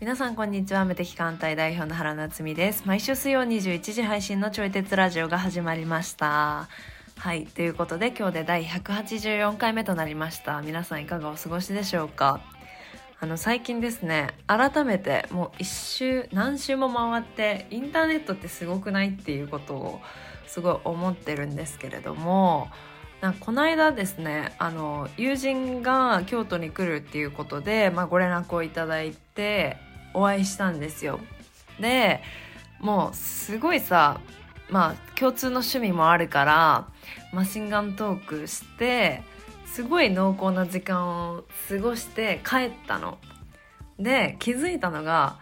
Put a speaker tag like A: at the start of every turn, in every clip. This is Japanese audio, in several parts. A: 皆さんこんにちは無敵艦隊代表の原夏実です毎週水曜21時配信のちょい鉄ラジオが始まりましたはいということで今日で第184回目となりました皆さんいかがお過ごしでしょうかあの最近ですね改めてもう一周何周も回ってインターネットってすごくないっていうことをすごい思ってるんですけれどもなんかこの間ですねあの友人が京都に来るっていうことで、まあ、ご連絡をいただいてお会いしたんですよ。でもうすごいさまあ共通の趣味もあるからマシンガントークしてすごい濃厚な時間を過ごして帰ったの。で気づいたのが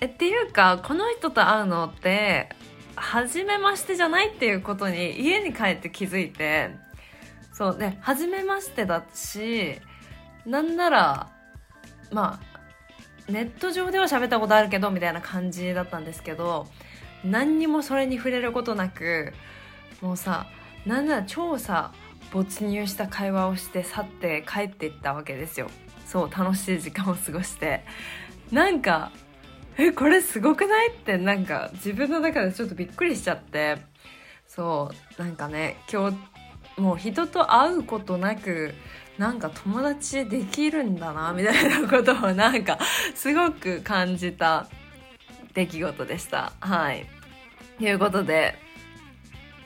A: えっていうかこの人と会うのって初めましてじゃないっていうことに家に帰って気づいてそうで初めましてだしなんならまあネット上では喋ったことあるけどみたいな感じだったんですけど何にもそれに触れることなくもうさなんなら超さ没入した会話をして去って帰っていったわけですよそう楽しい時間を過ごしてなんかえこれすごくないってなんか自分の中でちょっとびっくりしちゃってそうなんかね今日もう人と会うことなくなんか友達できるんだなみたいなことをなんか すごく感じた出来事でした。はいということで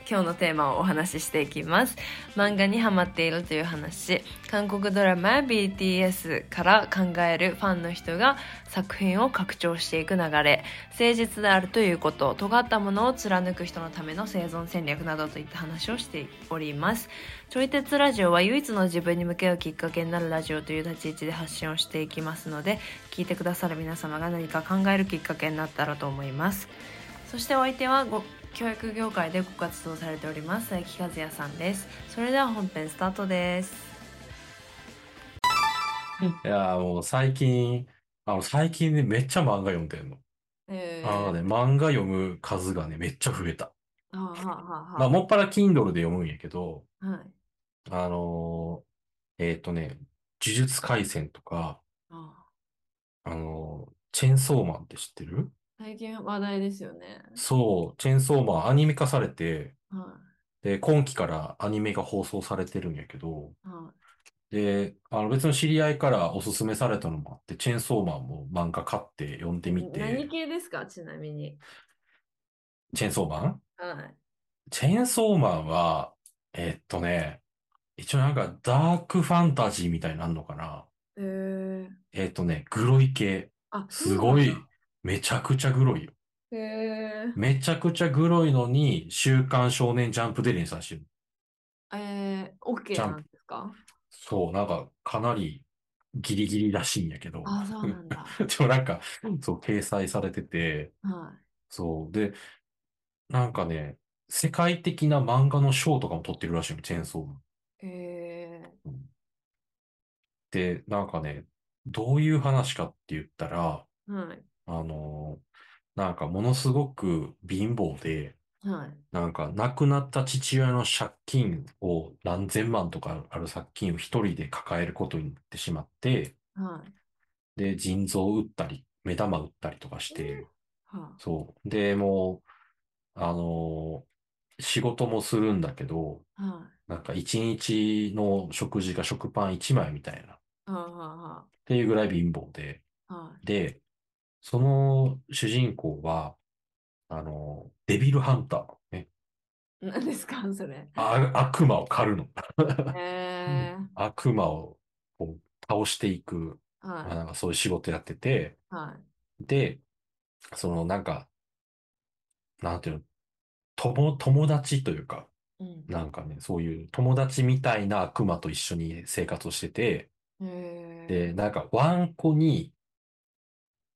A: 今日のテーマをお話ししていきます漫画にハマっているという話韓国ドラマや BTS から考えるファンの人が作品を拡張していく流れ誠実であるということ尖ったものを貫く人のための生存戦略などといった話をしておりますちょい鉄ラジオは唯一の自分に向き合うきっかけになるラジオという立ち位置で発信をしていきますので聞いてくださる皆様が何か考えるきっかけになったらと思いますそしてお相手はご教育業界でご活動されております佐伯和也さんですそれでは本編スタートです
B: いやーもう最近、あの最近ね、めっちゃ漫画読んでんの。
A: え
B: あのね、漫画読む数がね、めっちゃ増えた。
A: はあはあは
B: まあ、もっぱら Kindle で読むんやけど、
A: あはい
B: あのーえっとね、呪術廻戦とか、
A: ああ
B: あのーチェンソーマンって知ってる
A: 最近話題ですよね
B: そう、チェンソーマンアニメ化されて、
A: は
B: で、今期からアニメが放送されてるんやけど、
A: いは
B: で、あの別の知り合いからおすすめされたのもあって、チェンソーマンも漫画買って読んで
A: い
B: みて、
A: 何系ですかちなみに
B: チェンソーマン
A: はい
B: チェーンソーマンは、えっとね、一応なんかダークファンタジーみたいになるのかな
A: えー、
B: えっとね、グロい系。
A: あ
B: すご
A: そう
B: い
A: なんだ。
B: めちゃくちゃグロいよ。
A: へえー
B: めちゃくちゃグロいのに、週刊少年ジャンプで連載してる。
A: えー、OK
B: ジャンプ
A: なんですか
B: そう、なんかかなりギリギリらしいんやけど。
A: あそうなんだ
B: でもなんか、そう、掲載されてて、
A: は
B: そう。で、なんかね、世界的な漫画の賞とかも取ってるらしいの、チェーンソーマン。
A: いえ
B: で、なんかね、どういう話かって言ったら、
A: ー、はい
B: あのーなんかものすごく貧乏で、
A: はい
B: なんか亡くなった父親の借金を何千万とかある借金を一人で抱えることになってしまって、
A: はい
B: で、腎臓を打ったり、目玉打ったりとかして、
A: は
B: そう。で、もう、あのー仕事もするんだけど、
A: あは
B: なんか一日の食事が食パン一枚みたいな、っ
A: あはあは
B: ていうぐらい貧乏で、
A: あ はい
B: で、その主人公は、あの、デビルハンター、ね、
A: 何ですかそ れ。
B: あ、悪魔を狩るの。
A: え
B: 悪魔をこう倒していく、
A: ー、
B: まあ
A: は
B: なんかそういう仕事やってて、
A: い、はい。
B: で、そのなんか、なんていうの、友、友達というか、
A: うん。
B: なんかね、そういう友達みたいな悪魔と一緒に生活をしてて、
A: へえ
B: で、なんかワンコに、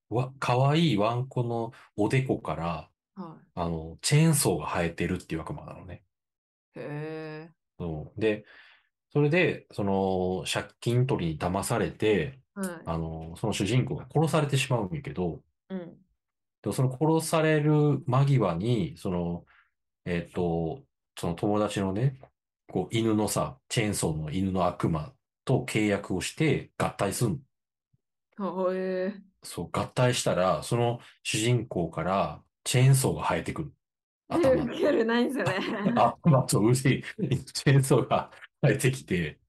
B: わ、可愛いワンコのおでこから、
A: は
B: あの、チェーンソーが生えてるっていう悪魔なのね。
A: い。へ
B: うんで、それで、その、借金取りに騙されて、
A: えは
B: あの、その主人公が殺されてしまうんやけど、
A: い。うん。
B: でもその殺される間際に、その、えっと、その友達のね、こう犬のさ、チェーンソーの犬の悪魔と契約をして合体すんの
A: おえ
B: そう、合体したら、その主人公からチェーンソーが生えてくる。 頭
A: ー、
B: の
A: ウ。ケるないんすよね。
B: あ、まあ、そう、牛、チェーンソーが生えてきて、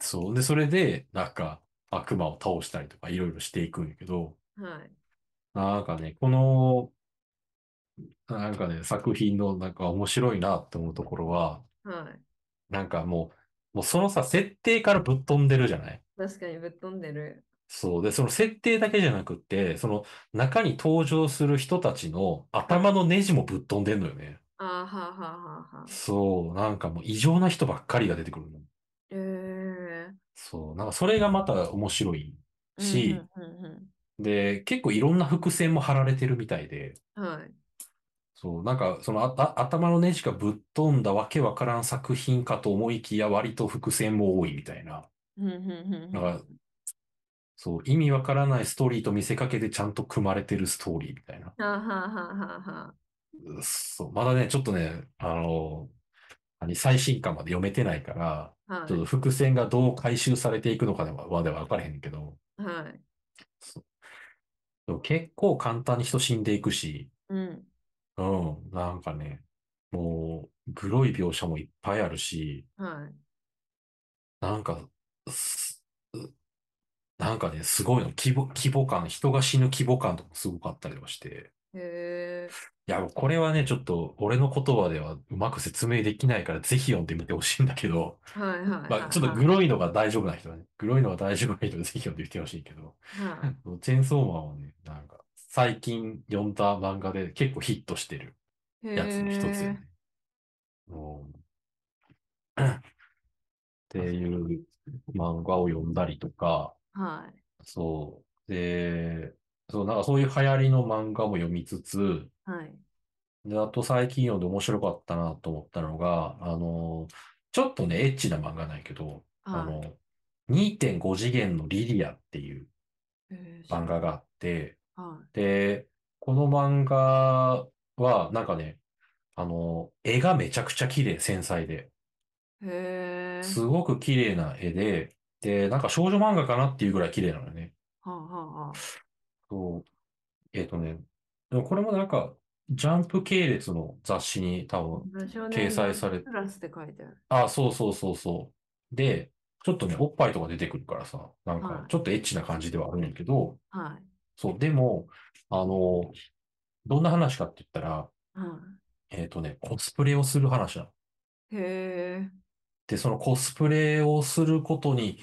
B: そう。で、それで、なんか、悪魔を倒したりとか、いろいろしていくんやけど、
A: はい。
B: なんかね、この、なんかね、作品の、なんか面白いなって思うところは、
A: はい。
B: なんかもう、もうそのさ、設定からぶっ飛んでるじゃない
A: 確かにぶっ飛んでる。
B: そう。で、その設定だけじゃなくって、その中に登場する人たちの頭のネジもぶっ飛んでんのよね。
A: あーはあはあはあはあ。
B: そう。なんかもう異常な人ばっかりが出てくるの。
A: えー。
B: そう。なんかそれがまた面白いし、
A: うんうんうん
B: で、結構いろんな伏線も張られてるみたいで、
A: うん、はい。
B: そう。なんかそのあた頭のネジがぶっ飛んだわけわからん作品かと思いきや割と伏線も多いみたいな。
A: うんうんうん
B: な
A: うんん
B: か、そう。意味わからないストーリーと見せかけてちゃんと組まれてるストーリーみたいな。
A: あーはあはあはあはあ。
B: そう、まだね、ちょっとね、あの、何最新刊まで読めてないから、
A: はい
B: ちょっと伏線がどう回収されていくのかでは、までは分からへんけど、
A: はい。
B: そうでも結構簡単に人死んでいくし、
A: うん。
B: うん、なんかね、もう、グロい描写もいっぱいあるし、
A: はい。
B: なんか、すなんかね、すごいの、規模、規模感、人が死ぬ規模感とかもすごかったりとかして、
A: へえ。
B: いや、これはね、ちょっと、俺の言葉ではうまく説明できないから、ぜひ読んでみてほしいんだけど、
A: はいはいはい、はい。
B: まあ、ちょっとグロいのが大丈夫な人はね、グロいのが大丈夫な人はぜひ読んでみてほしいけど、
A: はい
B: チェーンソーマンはね、なんか、最近読んだ漫画で結構ヒットしてる やつの一つ
A: へ
B: よ
A: ー
B: ね。うんっていう漫画を読んだりとか、
A: はい。
B: そう。で、そう、なんかそういう流行りの漫画も読みつつ、
A: はい。
B: で、あと最近読んで面白かったなと思ったのが、あの、ちょっとね、エッチな漫画なんやけど、あ
A: はい。
B: の、2.5次元のリリアっていう
A: えー
B: 漫画があって、
A: は
B: で、この漫画は、なんかね、あの、絵がめちゃくちゃ綺麗、繊細で。
A: い。へえ。
B: すごく綺麗な絵で、で、なんか少女漫画かなっていうぐらい綺麗なのよね。
A: はあはあはあ。
B: そう。えっとね、でもこれもなんか、ジャンプ系列の雑誌に多分、
A: 少
B: 掲
A: 年
B: 載され
A: プラスって書いてある。
B: あ、そうそうそうそう。で、ちょっとね、おっぱいとか出てくるからさ、なん
A: は
B: か
A: い、
B: ちょっとエッチな感じではあるんやけど、
A: は
B: そう、でも、あの、どんな話かって言ったら、
A: い。は
B: えっとね、コスプレをする話なの。
A: い。へえ。
B: で、そのコスプレをすることに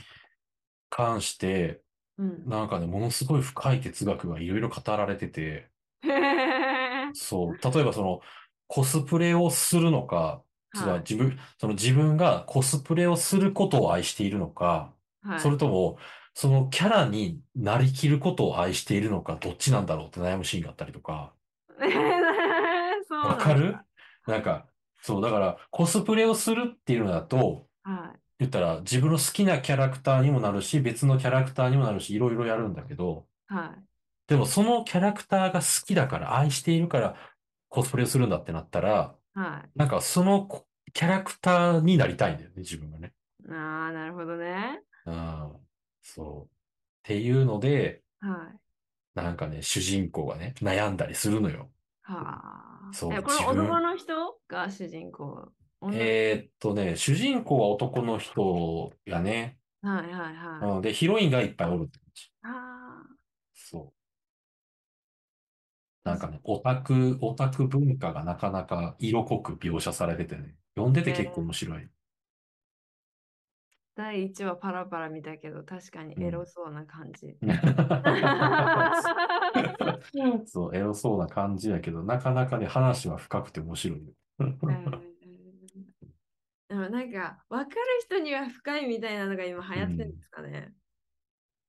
B: 関して、
A: うん。
B: なんかね、ものすごい深い哲学がいろいろ語られてて、
A: へえ。
B: そう、例えばその、コスプレをするのか、 つ
A: は
B: まり
A: い。
B: 自分、その自分がコスプレをすることを愛しているのか、
A: はい。
B: それとも、そのキャラになりきることを愛しているのか、どっちなんだろうって悩むシーンがあったりとか、
A: えーそうな
B: わ
A: ん
B: か
A: だ
B: るなんか、そう、だから、コスプレをするっていうのだと、
A: はい。
B: 言ったら、自分の好きなキャラクターにもなるし、別のキャラクターにもなるし、いろいろやるんだけど、
A: はい。
B: でも、そのキャラクターが好きだから、愛しているから、コスプレをするんだってなったら、
A: は
B: なんか、そのこキャラクターになりたいんだよね、自分がね。
A: い。ああ、なるほどね。
B: うん。そう。っていうので、
A: はい。
B: なんかね、主人公がね、悩んだりするのよ。
A: はあ。
B: そう
A: え、これ
B: 自分
A: 男の人が主人公。女
B: えーっとね、主人公は男の人やね。
A: はいはいはい。
B: うん、で、ヒロインがいっぱいおるって感じ。
A: あ
B: そう。なんかね、オタク、オタク文化がなかなか色濃く描写されててね、読んでて結構面白い。
A: ー第1話パラパラ見たけど、確かにエロそうな感じ。
B: そう、エロそうな感じやけど、なかなかね、話は深くて面白いよ。
A: でもなんか分かる人には深いみたいなのが今流行ってるんですかね。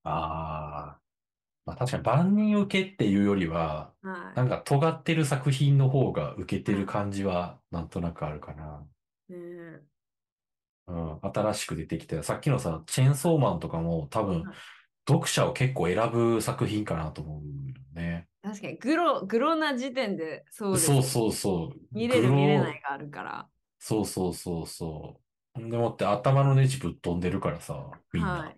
B: ああ。まあ確かに万人受けっていうよりは、
A: は
B: なんか尖ってる作品の方が受けてる感じはなんとなくあるかな。
A: い。ねえ
B: うん、新しく出てきたさっきのさ、チェーンソーマンとかも多分
A: はい、
B: 読者を結構選ぶ作品かなと思うよね。
A: 確かに、グロ、グロな時点で、そうです
B: そうそうそう。
A: 見れる
B: グロ
A: 見れないがあるから。
B: そうそうそうそう。ほんでもって頭のネジぶっ飛んでるからさ、みんな。
A: はい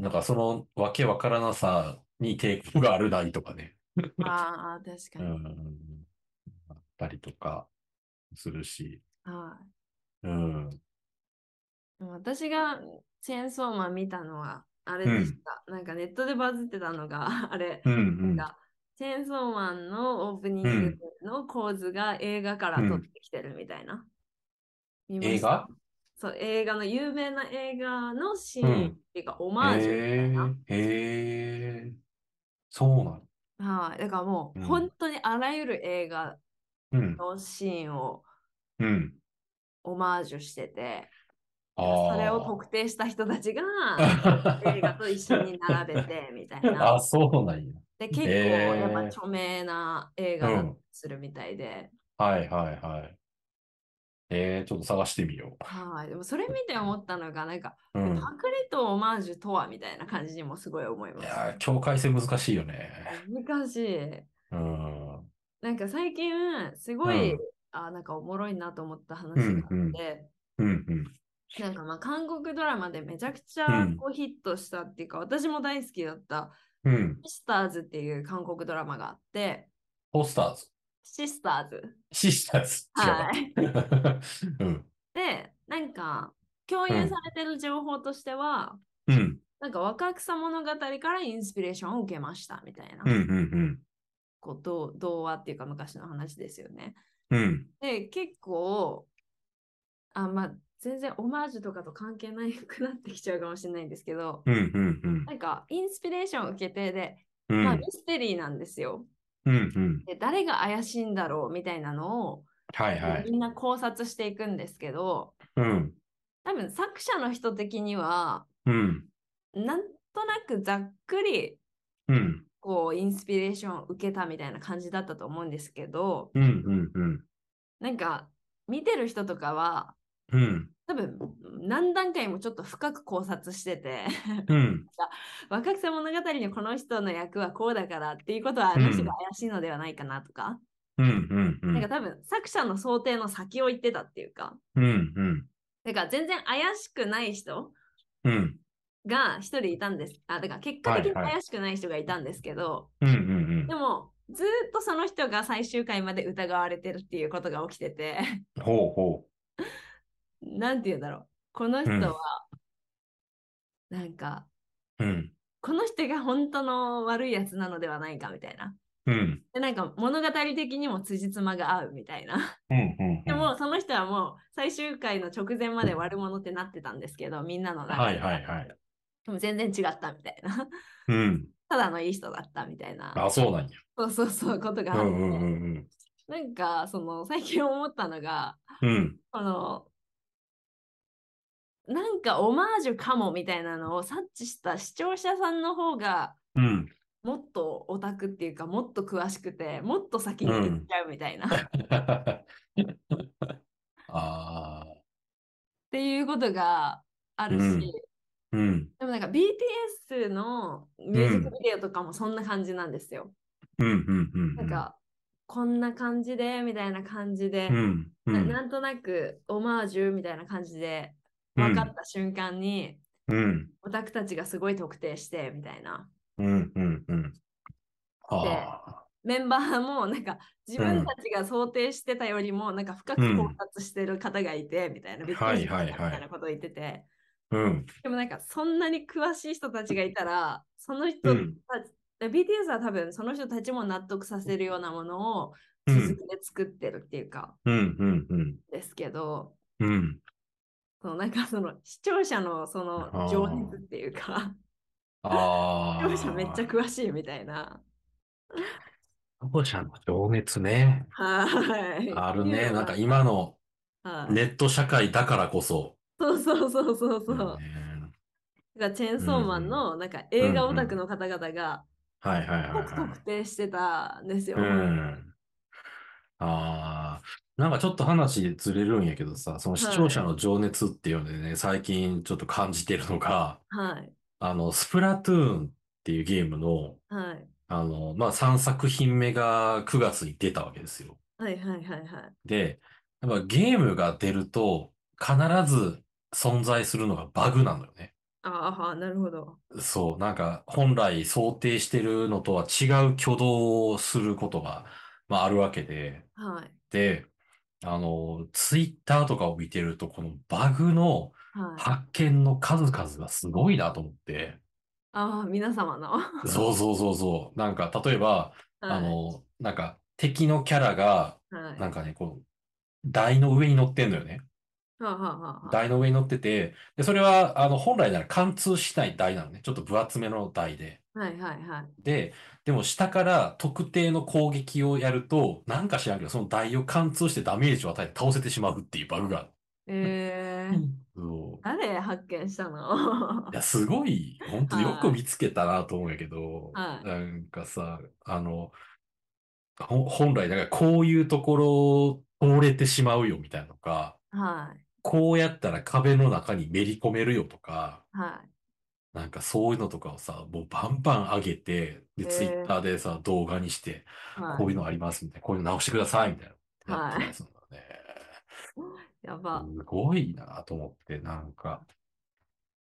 B: なんかそのわけわからなさに抵抗があるないと かね。
A: ああ、確か
B: う
A: に。
B: ん。あったりとかするし。
A: はい。
B: うん。
A: でも私がチェーンソーマン見たのは、あれでした。なんかネットでバズってたのが、あれ、
B: うんう
A: なん
B: ん。
A: かチェーンソーマンのオープニングの構図が映画から撮ってきてるみたいな。見ま
B: 映
A: した
B: 画
A: そう、映画の有名な映画のシーン、
B: うん
A: っていうか、オマージュみたいな。
B: えー、えーそうなの。
A: はい。だからもう、
B: うん
A: 本当にあらゆる映画
B: うん。
A: のシーンを
B: うん。
A: オマージュしてて、
B: あ
A: それを
B: ー
A: 特定した人たち が映画
B: あ。
A: と一緒に並べてみたいな。
B: あ、そうなんや。
A: で、結構
B: えー
A: やっぱ著名な映画だったりするみたいで、
B: はいはいはい。えー、ちょっと探してみよ
A: はい。でもそれ見て思ったのが、なんか、
B: う。うん。
A: パクリとオマージュとはみたいな感じにもすごい思いま
B: い
A: す。
B: やー、境界線難しいよね。
A: 難しい。
B: うん。うん
A: なんか最近、すごい、
B: うん
A: あなんかおもろいなと思った話
B: う
A: があ
B: んうん
A: って、
B: うん。
A: なんかまあ韓国ドラマでめちゃくちゃ
B: うん
A: こうヒットしたっていうか、私も大好きだった
B: うん。
A: シスターズっていう韓国ドラマがあって、
B: ポスターズ。
A: シスターズ。
B: シスターズ。違うわ
A: はい。
B: うん。
A: で、なんか共有されてる情報としては、
B: うん。
A: なんか若草物語からインスピレーションを受けましたみたいな
B: うん。うん。
A: こと、童話っていうか昔の話ですよね。
B: うん。うん。
A: で、結構、あ、まあ全然オマージュとかと関係なくなってきちゃうかもしれないんですけど、
B: うん。うん。うん。
A: なんかインスピレーションを受けてで、
B: うん。
A: まあ、ミステリーなんですよ。
B: うん。うん。
A: で誰が怪しいんだろうみたいなのを、
B: はいはい。
A: みんな考察していくんですけど
B: うん。
A: 多分作者の人的には
B: うん。
A: なんとなくざっくり
B: うん。
A: こうインスピレーションを受けたみたいな感じだったと思うんですけど
B: うん。うん。うん。
A: なんか見てる人とかは
B: うん。
A: 多分何段階もちょっと深く考察してて
B: うん。
A: 若草物語にこの人の役はこうだからっていうことはあの人が怪しいのではないかなとか、
B: うん。うん。うん。
A: なんか多分作者の想定の先を言ってたっていうか
B: うん。うん。
A: だから全然怪しくない人
B: うん。
A: が一人いたんです。あ、だから結果的に
B: はいはい
A: 怪しくない人がいたんですけど、
B: うん。うん。
A: でもずーっとその人が最終回まで疑われてるっていうことが起きてて、
B: うん。ほうほ
A: なんて言うんだろう。この人
B: うん
A: は、なんか、
B: う。うん。
A: この人が本当の悪いやつなのではないかみたいな。
B: うん。
A: で、なんか物語的にも辻褄が合うみたいな。
B: うん。うん。
A: でもその人はもう最終回の直前まで悪者ってなってたんですけど、みんなの中
B: は
A: で。
B: いはいはい。
A: でも全然違ったみたいな。
B: うん。
A: ただのいい人だったみたいな。
B: あ、そうなんや。
A: そうそうそう、ことがあ
B: う
A: る。
B: んうんうん
A: なんか、その、最近思ったのが、
B: うん。うん。
A: この、なんかオマージュかもみたいなのを察知した視聴者さんの方が、
B: うん。
A: もっとオタクっていうか、もっと詳しくて、もっと先に行っちゃうみたい な、っ
B: ああー。
A: ていうことがあるし、
B: うんうん。
A: でもなんか BTS のミュージックビデオとかもそんな感じなんですよ。
B: うんうんうん。
A: なん、か、こんな感じで、みたいな感じで、
B: うん。う。
A: なんなんとなくオマージュみたいな感じで分かった瞬間に、
B: うん。
A: オタクたちがすごい特定してみたいな。
B: うんうんうん。あ
A: メンバーもなんか自分たちが想定してたよりもなんか深く考察してる方がいてみたいな、びっくりした
B: はい
A: み
B: はいはい
A: たいなことを言ってて、
B: あ。うん。
A: でもなんかそんなに詳しい人たちがいたら、その人
B: う
A: たち、
B: ん。
A: BTS は多分その人たちも納得させるようなものを
B: う
A: 続
B: ん。
A: きで作ってるっていうか、
B: うんうんうん。
A: ですけど、
B: うん。
A: そのなんかその視聴者のその情熱っていうか、
B: ああ。
A: 視聴者めっちゃ詳しいみたいな。
B: 視聴者の情熱ね。
A: はい。
B: ある
A: っていう
B: ね。
A: のが
B: なんか今の
A: はい
B: ネット社会だからこそ。
A: そうそうそうそうそう。
B: ね
A: だからチェーンソーマンのなんか映画オタクの方々が
B: はいはいはい
A: ごく
B: はい
A: 特。定してたんですよ。
B: うん。ああ、なんかちょっと話ずれるんやけどさ、その視聴者の情熱っていうのでね、最近ちょっと感じてるのが、
A: はい
B: あの、スプラトゥーンっていうゲームの、
A: はい。
B: あの、まあ、3作品目が9月に出たわけですよ。
A: はいはいはいはい。
B: で、やっぱゲームが出ると、必ず存在するのがバグなのよね。
A: ああ、なるほど。
B: そう、なんか本来想定してるのとは違う挙動をすることが、まあ、あるわけで、
A: はい。
B: で、あの、ツイッターとかを見てると、このバグの
A: はい。
B: 発見の数々がすごいなと思って、
A: ああ、皆様の。 は
B: そうそうそうそう、なんか例えば、あ
A: い。
B: の、なんか敵のキャラが、
A: はい。
B: なん
A: は
B: かね、こう、台の上に乗ってんのよね。
A: あはあはあは
B: 台の上に乗ってて、で、それは、あの、本来なら貫通しない台なのね。ちょっと分厚めの台で。
A: あ。はいはいはい。
B: で、でも下から特定の攻撃をやると、なんか知らんけど、その台を貫通してダメージを与えて倒せてしまうっていうバグがある。
A: え
B: う
A: ー、
B: んそう
A: 誰発見したの
B: いや、すごい、本当
A: はい
B: よく見つけたなと思うんやけど、
A: はい
B: なんかさ、あの、ほ本来、だからこういうところを通れてしまうよみたいなのか、
A: はい。
B: こうやったら壁の中にめり込めるよとか、
A: はい。
B: なんかそういうのとかをさ、もうバンバン上げて、で、
A: へー
B: ツイッターでさ、動画にして、
A: はい
B: こういうのありますみたいな、こういうの直してくださいみたいな。
A: はい
B: やってたりするんだよね。
A: やば。
B: すごいなと思って、なんか、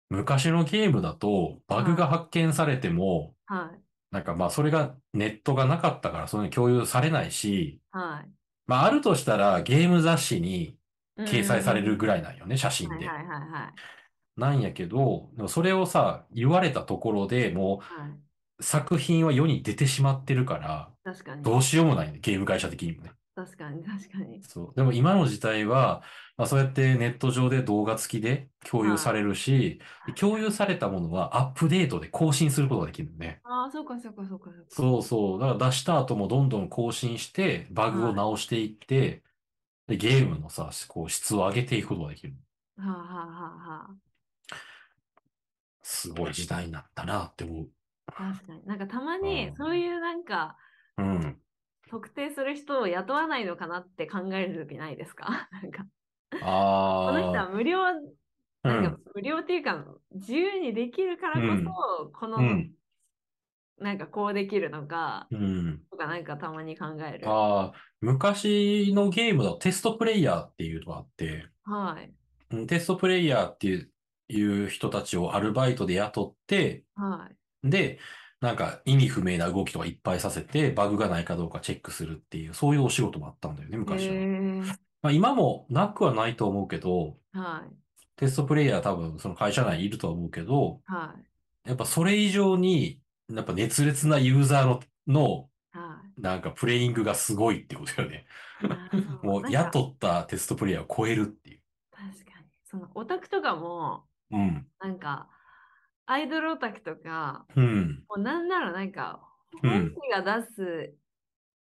B: 昔のゲームだと、バグが発見されても、
A: はい。
B: なんかまあそれがネットがなかったから、それに共有されないし、
A: はい。
B: まああるとしたらゲーム雑誌に
A: うん
B: 掲載されるぐらいなんよね、写真
A: はい
B: で。
A: はいはいはい。
B: なんやけど、でもそれをさ、言われたところでもう、
A: はい。
B: 作品は世に出てしまってるから、
A: 確かに。
B: どうしようもないね、ゲーム会社的にもね。
A: 確かに確かに。
B: そう。でも今の時代は、まあ、そうやってネット上で動画付きで共有されるし、
A: はい
B: 共有されたものはアップデートで更新することができるのね。
A: ああ、そうかそうかそうかそうか。
B: そうそう。だから出した後もどんどん更新して、バグを直していって、で、ゲームのさ、こう質を上げていくことができる。
A: はあはあは
B: すごい時代になったなって思う。
A: あはあ。確かに。なんかたま
B: う
A: に
B: ん
A: そういうなんか
B: うん。
A: 特定する人を雇わないのかなって考える時ないですか なんか、この人は
B: あ
A: 無料、
B: あ、
A: なんか無料っていうか自由にできるからこそ、この、
B: うん。うん。
A: なんかこうできるのか、
B: うん。
A: とかなんかたまに考える。は
B: ああ、昔のゲームだとテストプレイヤーっていうのがあって、
A: い。
B: うんテストプレイヤーっていういう人たちをアルバイトで雇って、
A: はい。
B: で、なんか意味不明な動きとかいっぱいさせて、バグがないかどうかチェックするっていう、そういうお仕事もあったんだよね、昔は。
A: へえ
B: まあ、今もなくはないと思うけど、
A: はい。
B: テストプレイヤー多分その会社内にいるとは思うけど、
A: は
B: やっぱそれ以上に、やっぱ熱烈なユーザーの、の、
A: い。はい。
B: なんかプレイングがすごいってことよね。
A: あー
B: もう
A: なんか
B: 雇ったテストプレイヤーを超えるっていう。
A: 確かに。そのオタクとかも、
B: うん。
A: なんか、アイドルオタクとか、
B: うん。
A: もうなんならなんか、
B: うん
A: 本人が出す、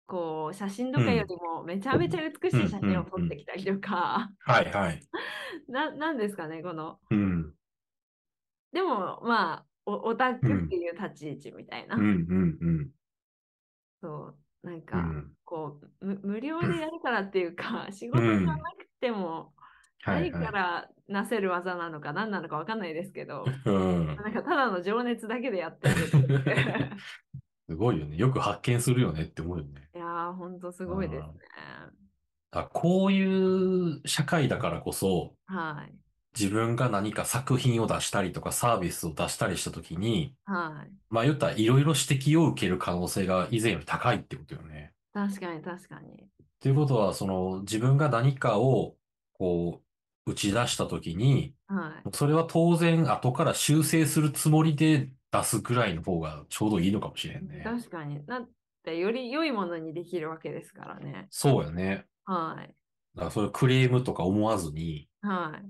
A: こう、写真とかよりも、めちゃめちゃ美しい写真を撮ってきたりとか、
B: はいはい。
A: ななんですかね、この、
B: うん。
A: でも、まあ、おオタクっていう立ち位置みたいな、
B: うんうんうん。
A: そう、なん
B: う
A: か、
B: ん。
A: こうむ無料でやるからっていう か、仕事
B: う
A: じ
B: ん
A: ゃなくても、
B: はい
A: 何か
B: はい。
A: らなせる技なのか何なのか分かんないですけど、
B: うん。
A: なんかただの情熱だけでやってるっていう
B: すごいよね。よく発見するよねって思うよね。
A: いやー、ほんとすごいですね。
B: あ、こういう社会だからこそ、
A: はい。
B: 自分が何か作品を出したりとかサービスを出したりしたときに、
A: はい。
B: まあ言ったらいろいろ指摘を受ける可能性が以前より高いってことよね。
A: 確かに確かに。
B: ということは、その自分が何かをこう打ち出したときに、
A: はい。
B: それは当然後から修正するつもりで出すくらいの方がちょうどいいのかもしれんね。
A: 確かに。だって、より良いものにできるわけですからね。
B: そうやね。
A: はい。
B: だからそれクレームとか思わずに、
A: はい。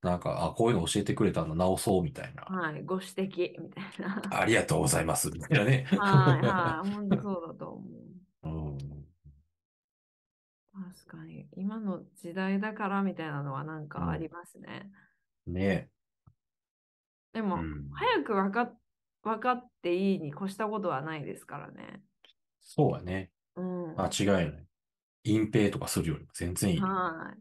B: なんか、あ、こういうの教えてくれたんだ、直そうみたいな。
A: はい。ご指摘みたいな。
B: ありがとうございます、みたいなね。
A: はい。 はい。ほんとそうだと思う。
B: うん。
A: 確かに今の時代だからみたいなのはなん
B: うん
A: かありますね。
B: ね。
A: でも、
B: うん。
A: 早く分かっ分かっていいに越したことはないですからね。
B: そうやね。
A: うん、
B: 間違いない。隠蔽とかするよりも全然いい。
A: はい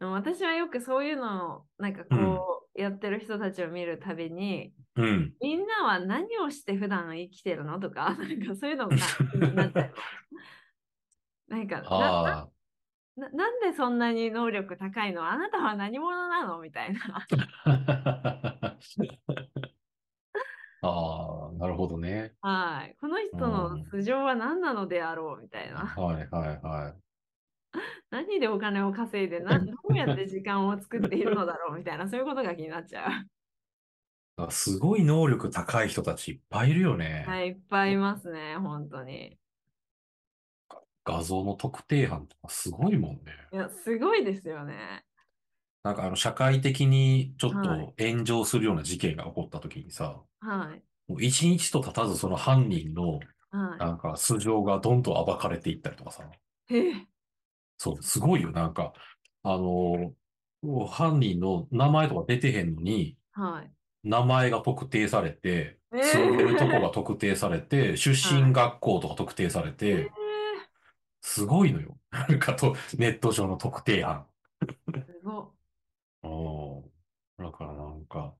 A: でも私はよくそういうのをなんかこう、やってる人たちを見るたびに、
B: うん。
A: みんなは何をして普段生きてるのとか、 なんかそういう のが気になっちゃいます。なんかな
B: あ
A: な、なんでそんなに能力高いのあなたは何者なのみたいな。
B: あ。ああ、なるほどね。
A: はい。この人の
B: うん
A: 素性は何なの であろうみたいな。
B: はいはいはい。
A: 何でお金を稼いでな、どうやって時間を作っているのだろうみたいな、そういうことが気になっ ちゃう。
B: あすごい能力高い人たちいっぱいいるよね。
A: はい、いっぱいいますね、本当に。
B: 画像の特定班とかすごいもんね。
A: いや、すごいですよね。
B: なんかあの社会的にちょっ
A: はい
B: と炎上するような事件が起こった時にさ、
A: はい。
B: もう一日と経たずその犯人の
A: は
B: なんか素性がどんどん暴かれていったりとかさ、
A: い。ええ
B: そう、すごいよ。なんか、あの、もう犯人の名前とか出てへんのに、
A: はい。
B: 名前が特定されて、
A: ええ
B: 住んで るとこが特定されて、出身学校とか特定され
A: え
B: て、すごいのよ。 なんかと、ネット上の特定犯。
A: えすごっ。
B: おだからなんか、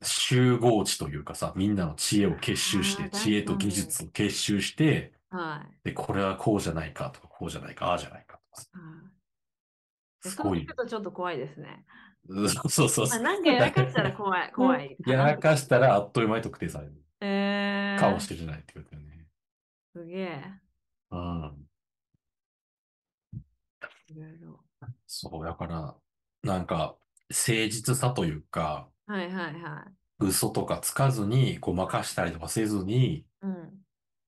B: 集合知というかさ、みんなの知恵を結集し
A: あー
B: て、知恵と技術を結集して、
A: はい。
B: で、これはこうじゃないかとか、こうじゃないか、ああじゃないかとか、
A: うん
B: すご
A: そう聞
B: い。
A: くとちょっと怖いですね。
B: うん そうそう
A: まあ
B: そう。
A: なんかやらかしたら怖い、怖い。
B: やらかしたらあっという間に特定される
A: えー、
B: かもしれないってことだよね。
A: すげえ。
B: うん。
A: いろいろ。
B: そう、だから、なんか、誠実さというか、
A: はいはいはい。
B: 嘘とかつかずに、ごまかしたりとかせずに、
A: うん。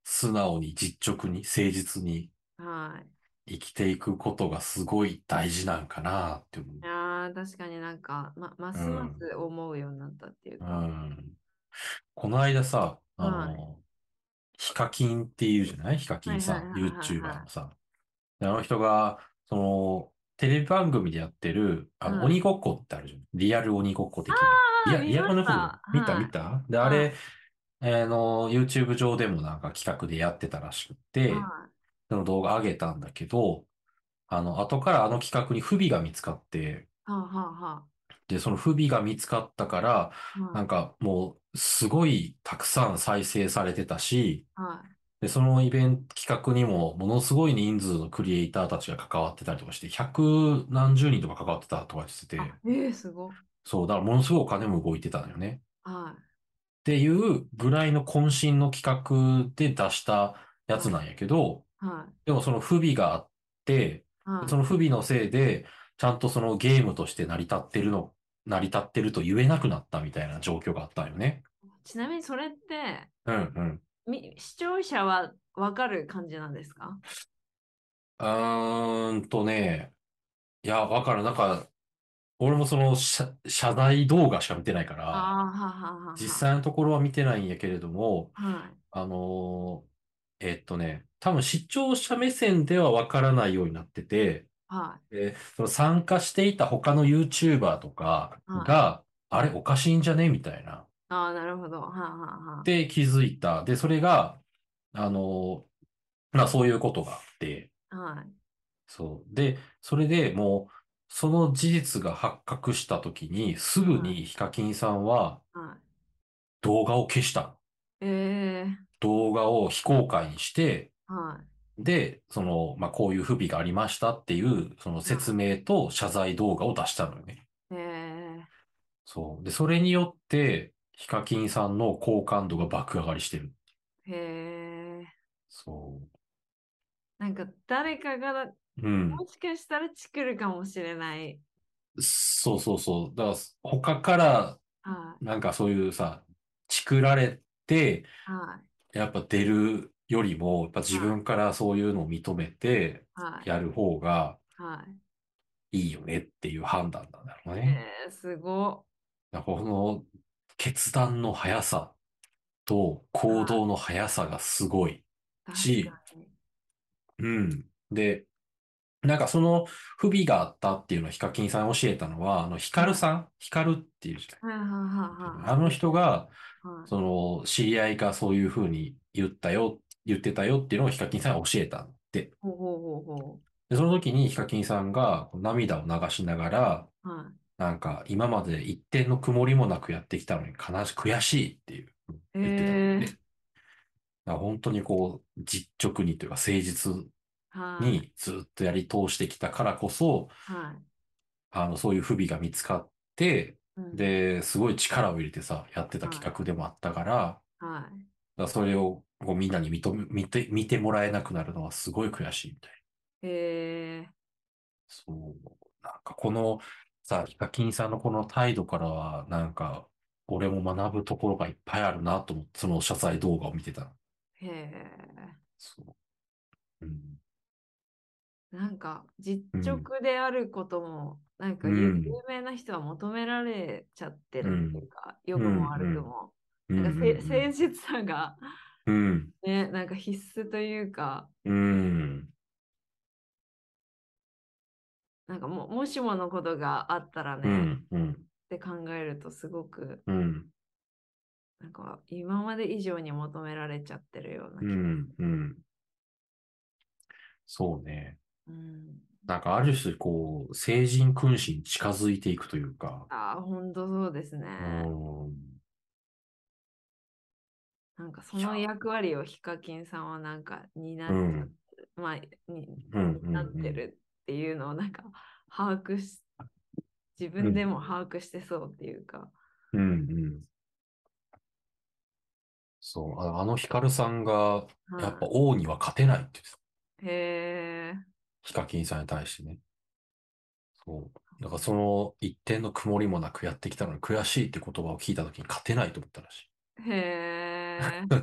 B: 素直に実直に、誠実に、
A: はい。
B: 生きていくことがすごい大事なんかなって思う
A: い。やー確かになんか、ま、ますます思うようになったっていう
B: う
A: か。
B: ん。この間さ、あ
A: は
B: の、ヒカキンっていうじゃないヒカキンさん、
A: はいはいはいはいはい
B: YouTuber のさ。であの人が、その、テレビ番組でやってる、あの、
A: はい
B: 鬼ごっこってあるじゃん。リアル鬼ごっこ的
A: あー
B: な。いや、
A: 見
B: リアル
A: ま
B: の
A: した
B: 方見た
A: はい
B: 見たで、あ
A: はい
B: れ、あの、YouTube 上でもなんか企画でやってたらしくて、
A: は
B: その動画上げたんだけど、あの、後からあの企画に不備が見つかって、
A: い。はあ、は
B: で、その不備が見つかったから、
A: あ、はあ。
B: な
A: は
B: んかもうすごいたくさん再生されてたし、
A: あ、は
B: で、そのイベント企画にもものすごい人数のクリエイターたちが関わってたりとかして、百何十人とか関わってたとかしてて
A: い。、あええすごっ。
B: そう、だからものすごいお金も動いてたのよね。
A: は
B: っていうぐらいの渾身の企画で出したやつなんやけど、
A: い。は
B: でもその不備があって、
A: い。はい。
B: その不備のせいで、ちゃんとそのゲームとして成り立ってるの、成り立ってると言えなくなったみたいな状況があったんよね。
A: ちなみにそれって、
B: うんうん。
A: み視聴者はわかる感じなんですか
B: うーんとね、いや、わからん。なんか、俺もその謝、謝罪動画しか見てないから、
A: ああ、はあ、はあ、はあ。
B: 実。際のところは見てないんやけれども、
A: はい。
B: あのーえっとね、多分視聴者目線ではわからないようになってて、
A: は
B: で、その参加していた他の YouTuber とかが、あれおかしいんじゃねみたいな。
A: い。ああ、なるほど。はあ、はあ、はあ。
B: で、気づいた。で、それが、あの、まあそういうことがあって、
A: はい。
B: そう。で、それでもう、その事実が発覚したときに、すぐにヒカキンさんは
A: はい。
B: 動画を消した。
A: え
B: 動画を非公開にして、
A: ー、はい。
B: で、その、まあこういう不備がありましたっていう、その説明と謝罪動画を出したのよね。
A: えー、
B: そう。で、それによって、ヒカキンさんの好感度が爆上がりしてる。
A: へえ。
B: そ
A: なんか誰かが
B: う。うん。
A: もしかしたらチクるかもしれない。
B: そうそうそう。だから、他から、
A: は
B: なんかそういうさ、チクられて、
A: い。はい。
B: やっぱ出るよりも、やっぱ自分からそういうのを認めて
A: はい。
B: やる方が
A: はい。
B: いいよねっていう判断なんだろうね。
A: えー、すご
B: だからこの決断の速さと行動の速さがすごい。
A: っ。
B: し
A: 確かに
B: うん。で、なんかその不備があったっていうのをヒカキンさんに教えたのは、あのヒカルさん、ヒカルっていうじゃない。
A: はいはいはいはい。
B: あの人が、
A: はい。
B: その、知り合いがそういうふうに言ったよ、言ってたよっていうのをヒカキンさんが教えたって。
A: ほうほうほうほ
B: で、その時にヒカキンさんがこう涙を流しながら、
A: う。はい。
B: なんか今まで一点の曇りもなくやってきたのに悲し、悔しいっていう
A: え
B: 言ってたんで、
A: ー
B: だから本当にこう実直にというか誠実
A: はい
B: にずっとやり通してきたからこそ、
A: はい
B: あの、そういう不備が見つかって、
A: うん
B: で、すごい力を入れてさ、やってた企画でもあったから、
A: は
B: だからそれをこうみんなに認め、見て、見てもらえなくなるのはすごい悔しいみたいな。
A: いえー
B: そう。なんかこの、さ、ヒカキンさんのこの態度からは、なんか、俺も学ぶところがいっぱいあるなと思って、その謝罪動画を見てた。
A: へー
B: そう。うん。
A: なんか実
B: うん
A: 直であることも、なんか
B: う
A: 有
B: ん
A: 有名な人は求められちゃってるっていうか、良くも悪くも。
B: う
A: なんかせ
B: ん
A: 誠実さが、
B: うん。
A: ね、なんか必須というか、
B: うん。
A: なんかももしものことがあったら
B: う
A: ね、っ
B: ん。うん。
A: て考えるとすごく、
B: うん。
A: なんか今まで以上に求められちゃってるような気
B: う
A: が。
B: ん。うん。そうね。
A: うん
B: なんかある種、こう、聖人君子に近づいていくというか、
A: ああ、ほんとそうですね。
B: うん。
A: なんかその
B: いや
A: 役割をヒカキンさんはなんか担っち
B: う
A: ゃ
B: ん。
A: まあ、に
B: うんうん
A: なってるっていうのをなんか把握し、自分でも把握してそうっていうか。
B: うんうん。そう、ああのヒカルさんが、
A: はい
B: やっぱ王には勝てないって言ってた。
A: へえ、
B: ヒカキンさんに対してね。そう。だからその一点の曇りもなくやってきたのに悔しいって言葉を聞いた時に勝てないと思ったらしい。
A: へえ。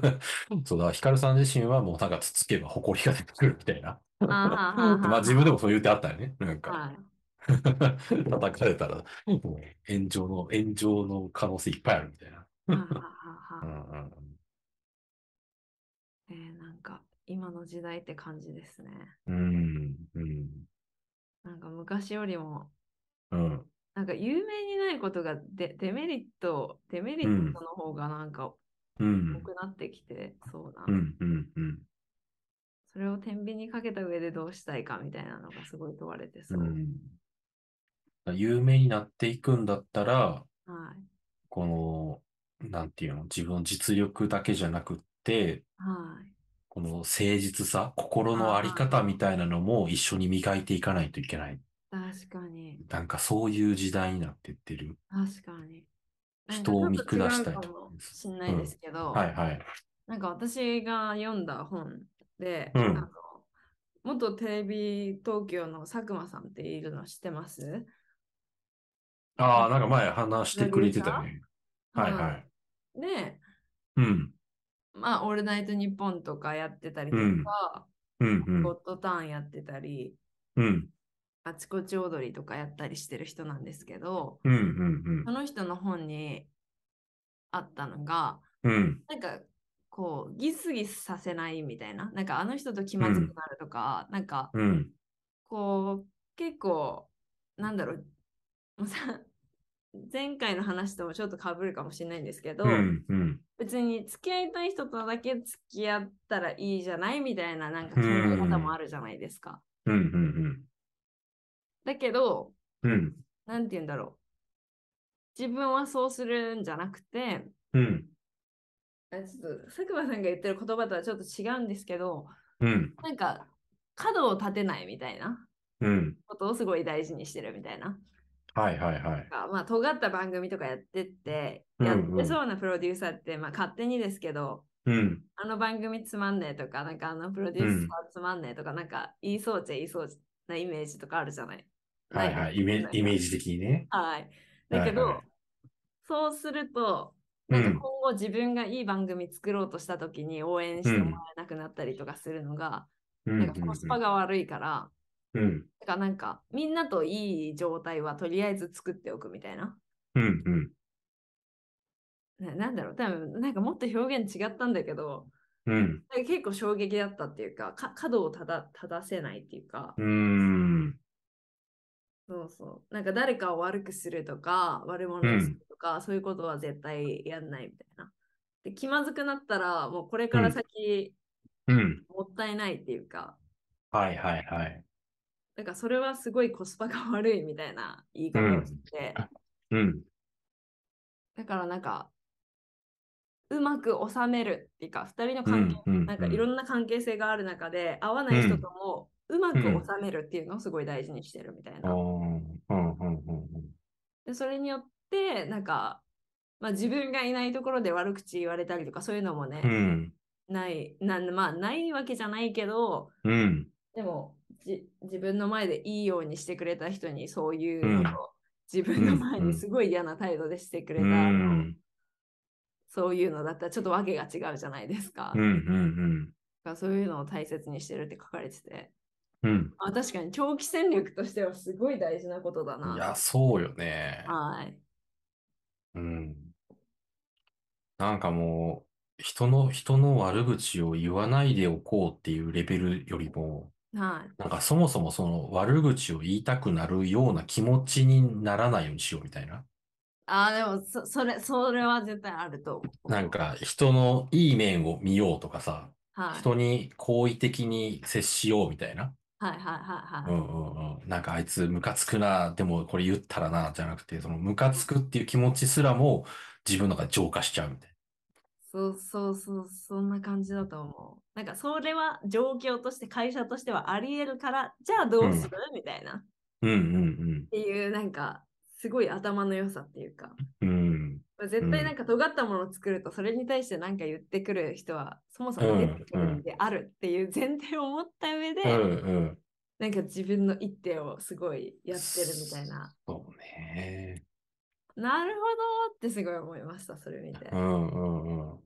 B: そうだからヒカルさん自身はもうなんかつつけば埃が出てくるみたいな。
A: あははは
B: まあ自分でもそう言ってあったよね。なんか、
A: はい。
B: 叩かれたら、もう炎上の、炎上の可能性いっぱいあるみたいな。
A: ははは
B: う
A: は。
B: んうん
A: えー、なんか今の時代って感じですね。
B: うん。うんうん。
A: なんか昔よりも、
B: うん。
A: なんか有名にないことがデデメリット、デメリットの方がなんか
B: うん
A: 多くなってきてそうな。
B: うんうんうん
A: それを天秤にかけた上でどうしたいかみたいなのがすごい問われてそうう。
B: ん有名になっていくんだったら、
A: はい。
B: この、なんていうの、自分の実力だけじゃなくって、
A: はい。
B: この誠実さ、心のあり方みたいなのも一緒に磨いていかないといけない。
A: 確かに。
B: なんかそういう時代になってってる。
A: 確かに。なんか
B: 人を見下したい
A: ちょっと違うかもしんないですけど、
B: はいはい。
A: なんか私が読んだ本で、
B: うん
A: あの元テレビ東京の佐久間さんっているの知ってます
B: ああ、なんか前話してくれてたね。はいはい。
A: い。で、
B: うん。
A: まあ、オールナイトニッポンとかやってたりと
B: うん
A: か、
B: うんう
A: ゴッ
B: ん。
A: ドターンやってたり、
B: うん。
A: あちこち踊りとかやったりしてる人なんですけど、
B: うんうん
A: その人の本にあったのが、
B: うん。うん。
A: なんかこうギスギスさせないみたいな、なんかあの人と気まずくなるとか、なんか
B: うん。
A: こう結構なんだろう、もうさ前回の話ともちょっとかぶるかもしれないんですけど、
B: うんうん。
A: 別に付き合いたい人とだけ付き合ったらいいじゃないみたいななんか考え方もあるじゃないですか。
B: うんうん
A: だけど、
B: うん。うん。
A: なんて言うんだろう。自分はそうするんじゃなくて、
B: うん。
A: あちょっと佐久間さんが言ってる言葉とはちょっと違うんですけど、
B: うん。
A: なんか角を立てないみたいな
B: うん。
A: ことをすごい大事にしてるみたいな。
B: はいはいはい。
A: なんかまあ、尖った番組とかやってって、
B: うん
A: やっ
B: うん
A: てそうなプロデューサーって、まあ、勝手にですけど、
B: うん。
A: あの番組つまんねえとか、なんかあのプロデューサーつまんねえとか、なんか言いそうっちゃ言いそうなイメージとかあるじゃない。
B: はいはい。イメイメージ的にね。
A: はい。だけど、
B: はいはい
A: そうすると、
B: う
A: なんか
B: ん
A: 今。後自分がいい番組作ろうとした時に応援してもらえなくなったりとかするのが、
B: うん
A: なんかコスパが悪いから、
B: うん。
A: だからなんかみんなといい状態はとりあえず作っておくみたいな。
B: うんうん。
A: ななんだろう多分なんかもっと表現違ったんだけど、
B: うん。
A: なんか結構衝撃だったっていうか、か角をただ正せないっていうか、
B: うん。
A: そうそう。なんか誰かを悪くするとか、悪者にするとか、そういうことは絶対やんないみたいな。で、気まずくなったら、もうこれから先、
B: うん。
A: もったいないっていうか、
B: はいはいはい。
A: なんかそれはすごいコスパが悪いみたいな言い方をして、
B: うん。
A: だからなんか、うまく収めるっていうか、二人の関係、
B: うんうん
A: なんかいろんな関係性がある中で、合わない人ともうまく収めるっていうのをすごい大事にしてるみたい
B: ああ、
A: な。
B: うん、うん、うん、
A: でそれによって、なんか、まあ、自分がいないところで悪口言われたりとかそういうのもね、
B: うん。
A: ないなん、まあ、ないわけじゃないけど、
B: うん、
A: でもじ自分の前でいいようにしてくれた人にそういうのと、自分の前
B: うんう
A: に
B: ん
A: すごい嫌な態度でしてくれ
B: う
A: た、
B: ん、
A: そういうのだったらちょっと訳が違うじゃないですか。
B: うん、うん、
A: だからそういうのを大切にしてるって書かれてて、
B: うん。
A: あ確かに長期戦略としてはすごい大事なことだ
B: うん。い
A: な。
B: や、そうよね。
A: はい。
B: うん。なんかもう、人の、人の悪口を言わないでおこうっていうレベルよりも、
A: はい。
B: なんかそもそもその悪口を言いたくなるような気持ちにならないようにしようみたいな。
A: あーでもそ、それ、それは絶対あると思う。
B: なんか人のいい面を見ようとかさ、
A: はい。
B: 人に好意的に接しようみたいな。
A: はいはいはいは
B: う
A: い。
B: んうんうん。なんかあいつムカつくな、でもこれ言ったらな、じゃなくて、そのムカつくっていう気持ちすらも自分の中で浄化しちゃうみたい
A: そうそうそう、そんな感じだと思う。なんか、それは状況として、会社としてはあり得るから、じゃあどうする、みたいな。っ
B: な。うんうん
A: ていう、なんか、すごい頭の良さっていうか。
B: うん。うん。
A: 絶対なんか尖ったものを作ると、それに対して何か言ってくる人は、そもそも出てくるんであるっていう前提を持った上で、
B: うんうん。
A: なんか自分の一手をすごいやってるみたいな。
B: そうね。
A: なるほどってすごい思いました、それ見て
B: う。んうんうん。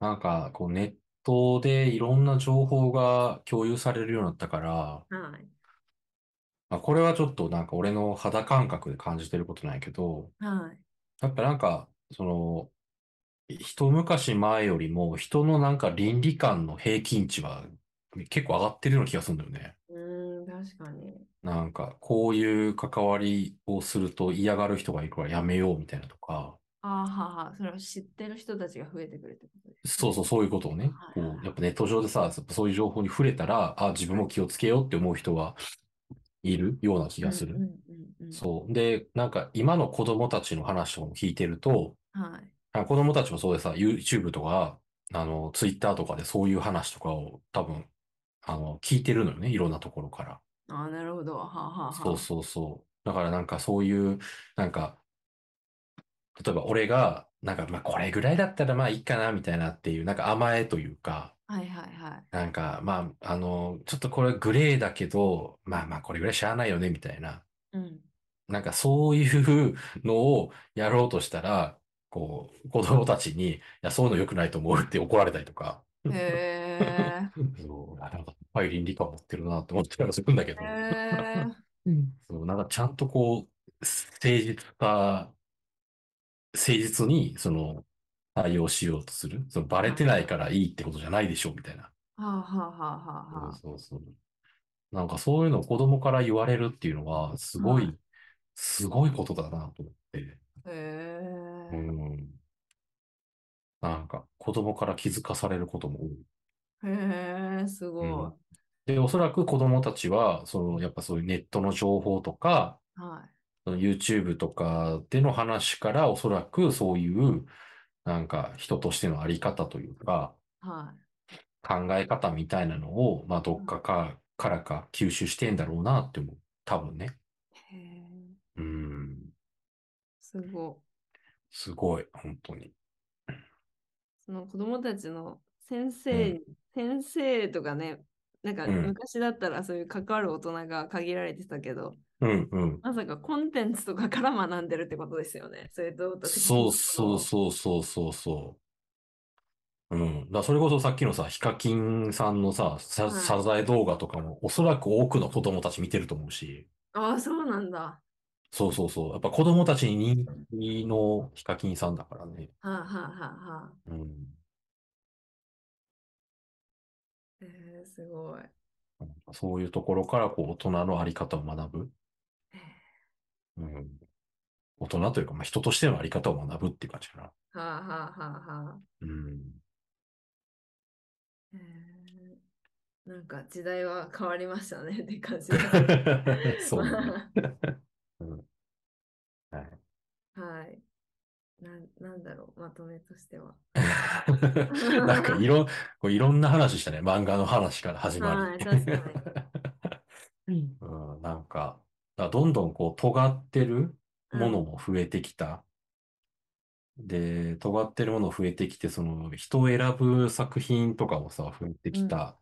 B: なんか、こう、ネットでいろんな情報が共有されるようになったから、
A: はい。
B: まあ、これはちょっとなんか俺の肌感覚で感じてることなんやけど、
A: はい。
B: やっぱなんか、その、一昔前よりも人のなんか倫理観の平均値は結構上がってるような気がするんだよね。
A: うーん、確かに。
B: なんか、こういう関わりをすると嫌がる人がいるからやめようみたいなとか、
A: ああ、はは、それを知ってる人たちが増えてくるってことです。
B: そうそう、そういうことをね、こ、
A: はいはいう
B: やっぱネット上でさ、そういう情報に触れたら、あ、自分も気をつけようって思う人はいるような気がす
A: うん
B: る。
A: うんうんうん
B: そう。で、なんか今の子供たちの話を聞いてると、
A: はい。
B: あ子供たちもそうでさ、YouTube とか、あの、Twitter とかでそういう話とかを多分、あの、聞いてるのよね、いろんなところから。
A: ああ、なるほど。はあ、はあ、は
B: そうそうそう。だからなんかそういう、なんか、例えば俺が、なんかまあこれぐらいだったらまあいいかなみたいなっていう、なんか甘えというか、
A: あ。はいはいはい。
B: なんかまあ、あの、ちょっとこれグレーだけど、まあまあこれぐらいしゃあないよねみたいな、
A: うん。
B: なんかそういうのをやろうとしたら、こう、子供たちに、いや、そういうの良くないと思うって怒られたりとか、
A: へえ。
B: そう、あなんか、深い倫理観持ってるなって思ったりはするんだけど
A: へ、 え。
B: そう、なんかちゃんとこう、誠実さ、誠実に、その、対応しようとする。その、バレてないからいいってことじゃないでしょう、みたいな。
A: はあ、はあ、はあ、はあ、はあ。
B: そうそうそう。なんかそういうのを子供から言われるっていうのは、すご、
A: はい
B: すごいことだなと思って。
A: へ
B: う
A: え。
B: ん。なんか、子供から気づかされることも多い。
A: へえ、すごい。
B: うんで、おそらく子供たちは、その、やっぱそういうネットの情報とか、
A: は
B: その YouTube とかでの話から、おそらくそういう、なんか、人としてのあり方というか、
A: い。は
B: 考え方みたいなのを、まあ、どっかか、からか吸収してんだろうなって思う。多分ね。
A: い。へえ。
B: うん。
A: すごい。
B: すごい、本当に。
A: その子供たちの先生に、先生とかね、なんか
B: うん
A: 昔だったらそういう関わる大人が限られてたけど、
B: うんうん。
A: まさかコンテンツとかから学んでるってことですよね。それと、
B: そうそうそうそうそうそう。うん。だそれこそさっきのさ、ヒカキンさんのさ、さ
A: はい
B: 謝罪動画とかも、おそらく多くの子供たち見てると思うし、
A: う。ああ、そうなんだ。
B: そうそうそう。やっぱ子供たちに人気のヒカキンさんだからね。
A: はあ、はあはあはあ、
B: うん。
A: えー、すごい。
B: そういうところから、こう、大人のあり方を学ぶ。うん。大人というか、まあ、人としてのあり方を学ぶっていう感じかな。
A: はあ、はあはあはあ、
B: うん。
A: えーなんか時代は変わりましたねって感じです。
B: そうだね。はい。
A: はい。なん、なんだろう、まとめとしては。
B: なんかいろ、こういろんな話したね。漫画の話から始ま り。
A: はい確かに
B: うん、なんか、だからどんどんこう尖ってるものも増えてきた。で、尖ってるもの増えてきて、その人を選ぶ作品とかもさ、増えてきた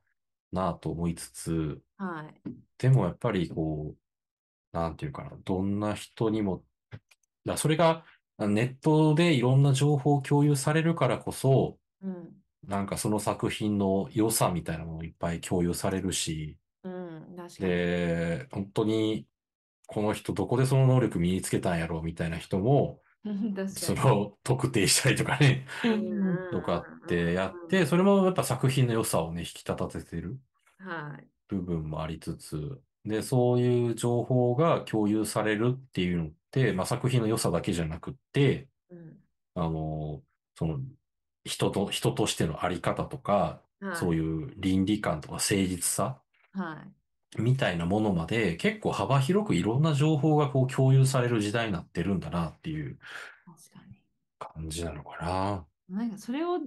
B: なぁと思いつつ、
A: はい。はい。
B: でもやっぱりこう、なんていうかな、どんな人にも、だからそれがあネットでいろんな情報を共有されるからこそ、
A: うん。
B: なんかその作品の良さみたいなものをいっぱい共有されるし、
A: うん。確かに。
B: で、本当にこの人どこでその能力身につけたんやろうみたいな人も、
A: 確かに。
B: それを特定したりとかね、
A: うん
B: とかってやって、それもやっぱ作品の良さをね、引き立たせてる
A: はい。
B: 部分もありつつ、で、そういう情報が共有されるっていうのって、まあ、作品の良さだけじゃなくって、
A: うん。
B: あの、その、人と、人としてのあり方とか、
A: はい。
B: そういう倫理観とか誠実さ
A: はい。
B: みたいなものまで結構幅広くいろんな情報がこう共有される時代になってるんだなっていう
A: 確かに。
B: 感じなのか
A: なんかそれを、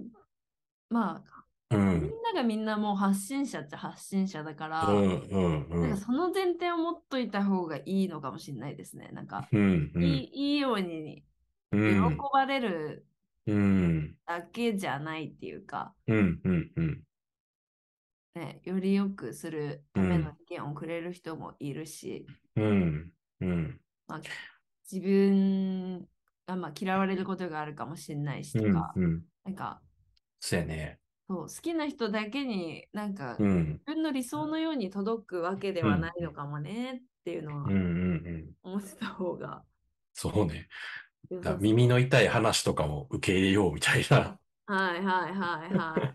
A: まあ、み
B: な。う
A: ん
B: ん。
A: ながみんなもう発信者っちゃ発信者だから、
B: うん、うん、う
A: なんか
B: ん。
A: その前提を持っといた方がいいのかもしれないですね。なんか、
B: うん、う
A: い
B: ん、
A: いいいように
B: う
A: 喜
B: ん、
A: ばれる
B: うん、
A: だけじゃないっていうか、
B: うん、うん、うん、
A: ね、より良くするための意見をくれる人もいるし、
B: うん、うん、
A: まあ、自分がまあ嫌われることがあるかもしれないしと
B: うん
A: か、、
B: うん。
A: なんか
B: そうやね。
A: そう好きな人だけになんか
B: うん、
A: 自分の理想のように届くわけではないのかもねっていうの
B: うん、う
A: は
B: ん、うん。
A: 思ってた方が
B: そうね。
A: 良
B: だ
A: さそう。
B: 耳の痛い話とかも受け入れようみたいな。
A: はいはいはいはい。だか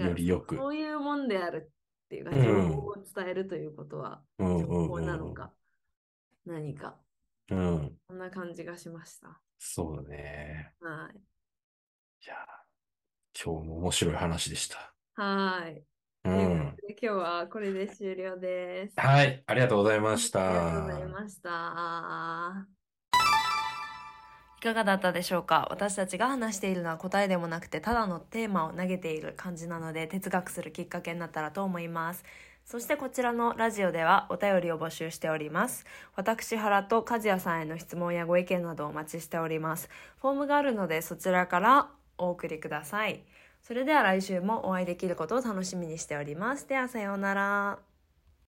A: ら
B: よりよく。
A: そういうもんであるっていうか、
B: うん
A: 情報を伝えるということは、
B: うん、
A: 情
B: うん、
A: 報
B: うん
A: なのか、何か、
B: うん。うん、
A: そんな感じがしました。
B: そうだね。
A: はい。
B: いやー、今日も面白い話でした。
A: はい。
B: う。
A: というんことで今日はこれで終了です。
B: はい、ありがとうございまし
A: ありがとうご
B: た
A: ざい。ました。
C: いかがだったでしょうか私たちが話しているのは答えでもなくてただのテーマを投げている感じなので哲学するきっかけになったらと思いますそしてこちらのラジオではお便りを募集しております私原と和也さんへの質問やご意見などをお待ちしておりますフォームがあるのでそちらからお送りくださいそれでは来週もお会いできることを楽しみにしておりますではさようなら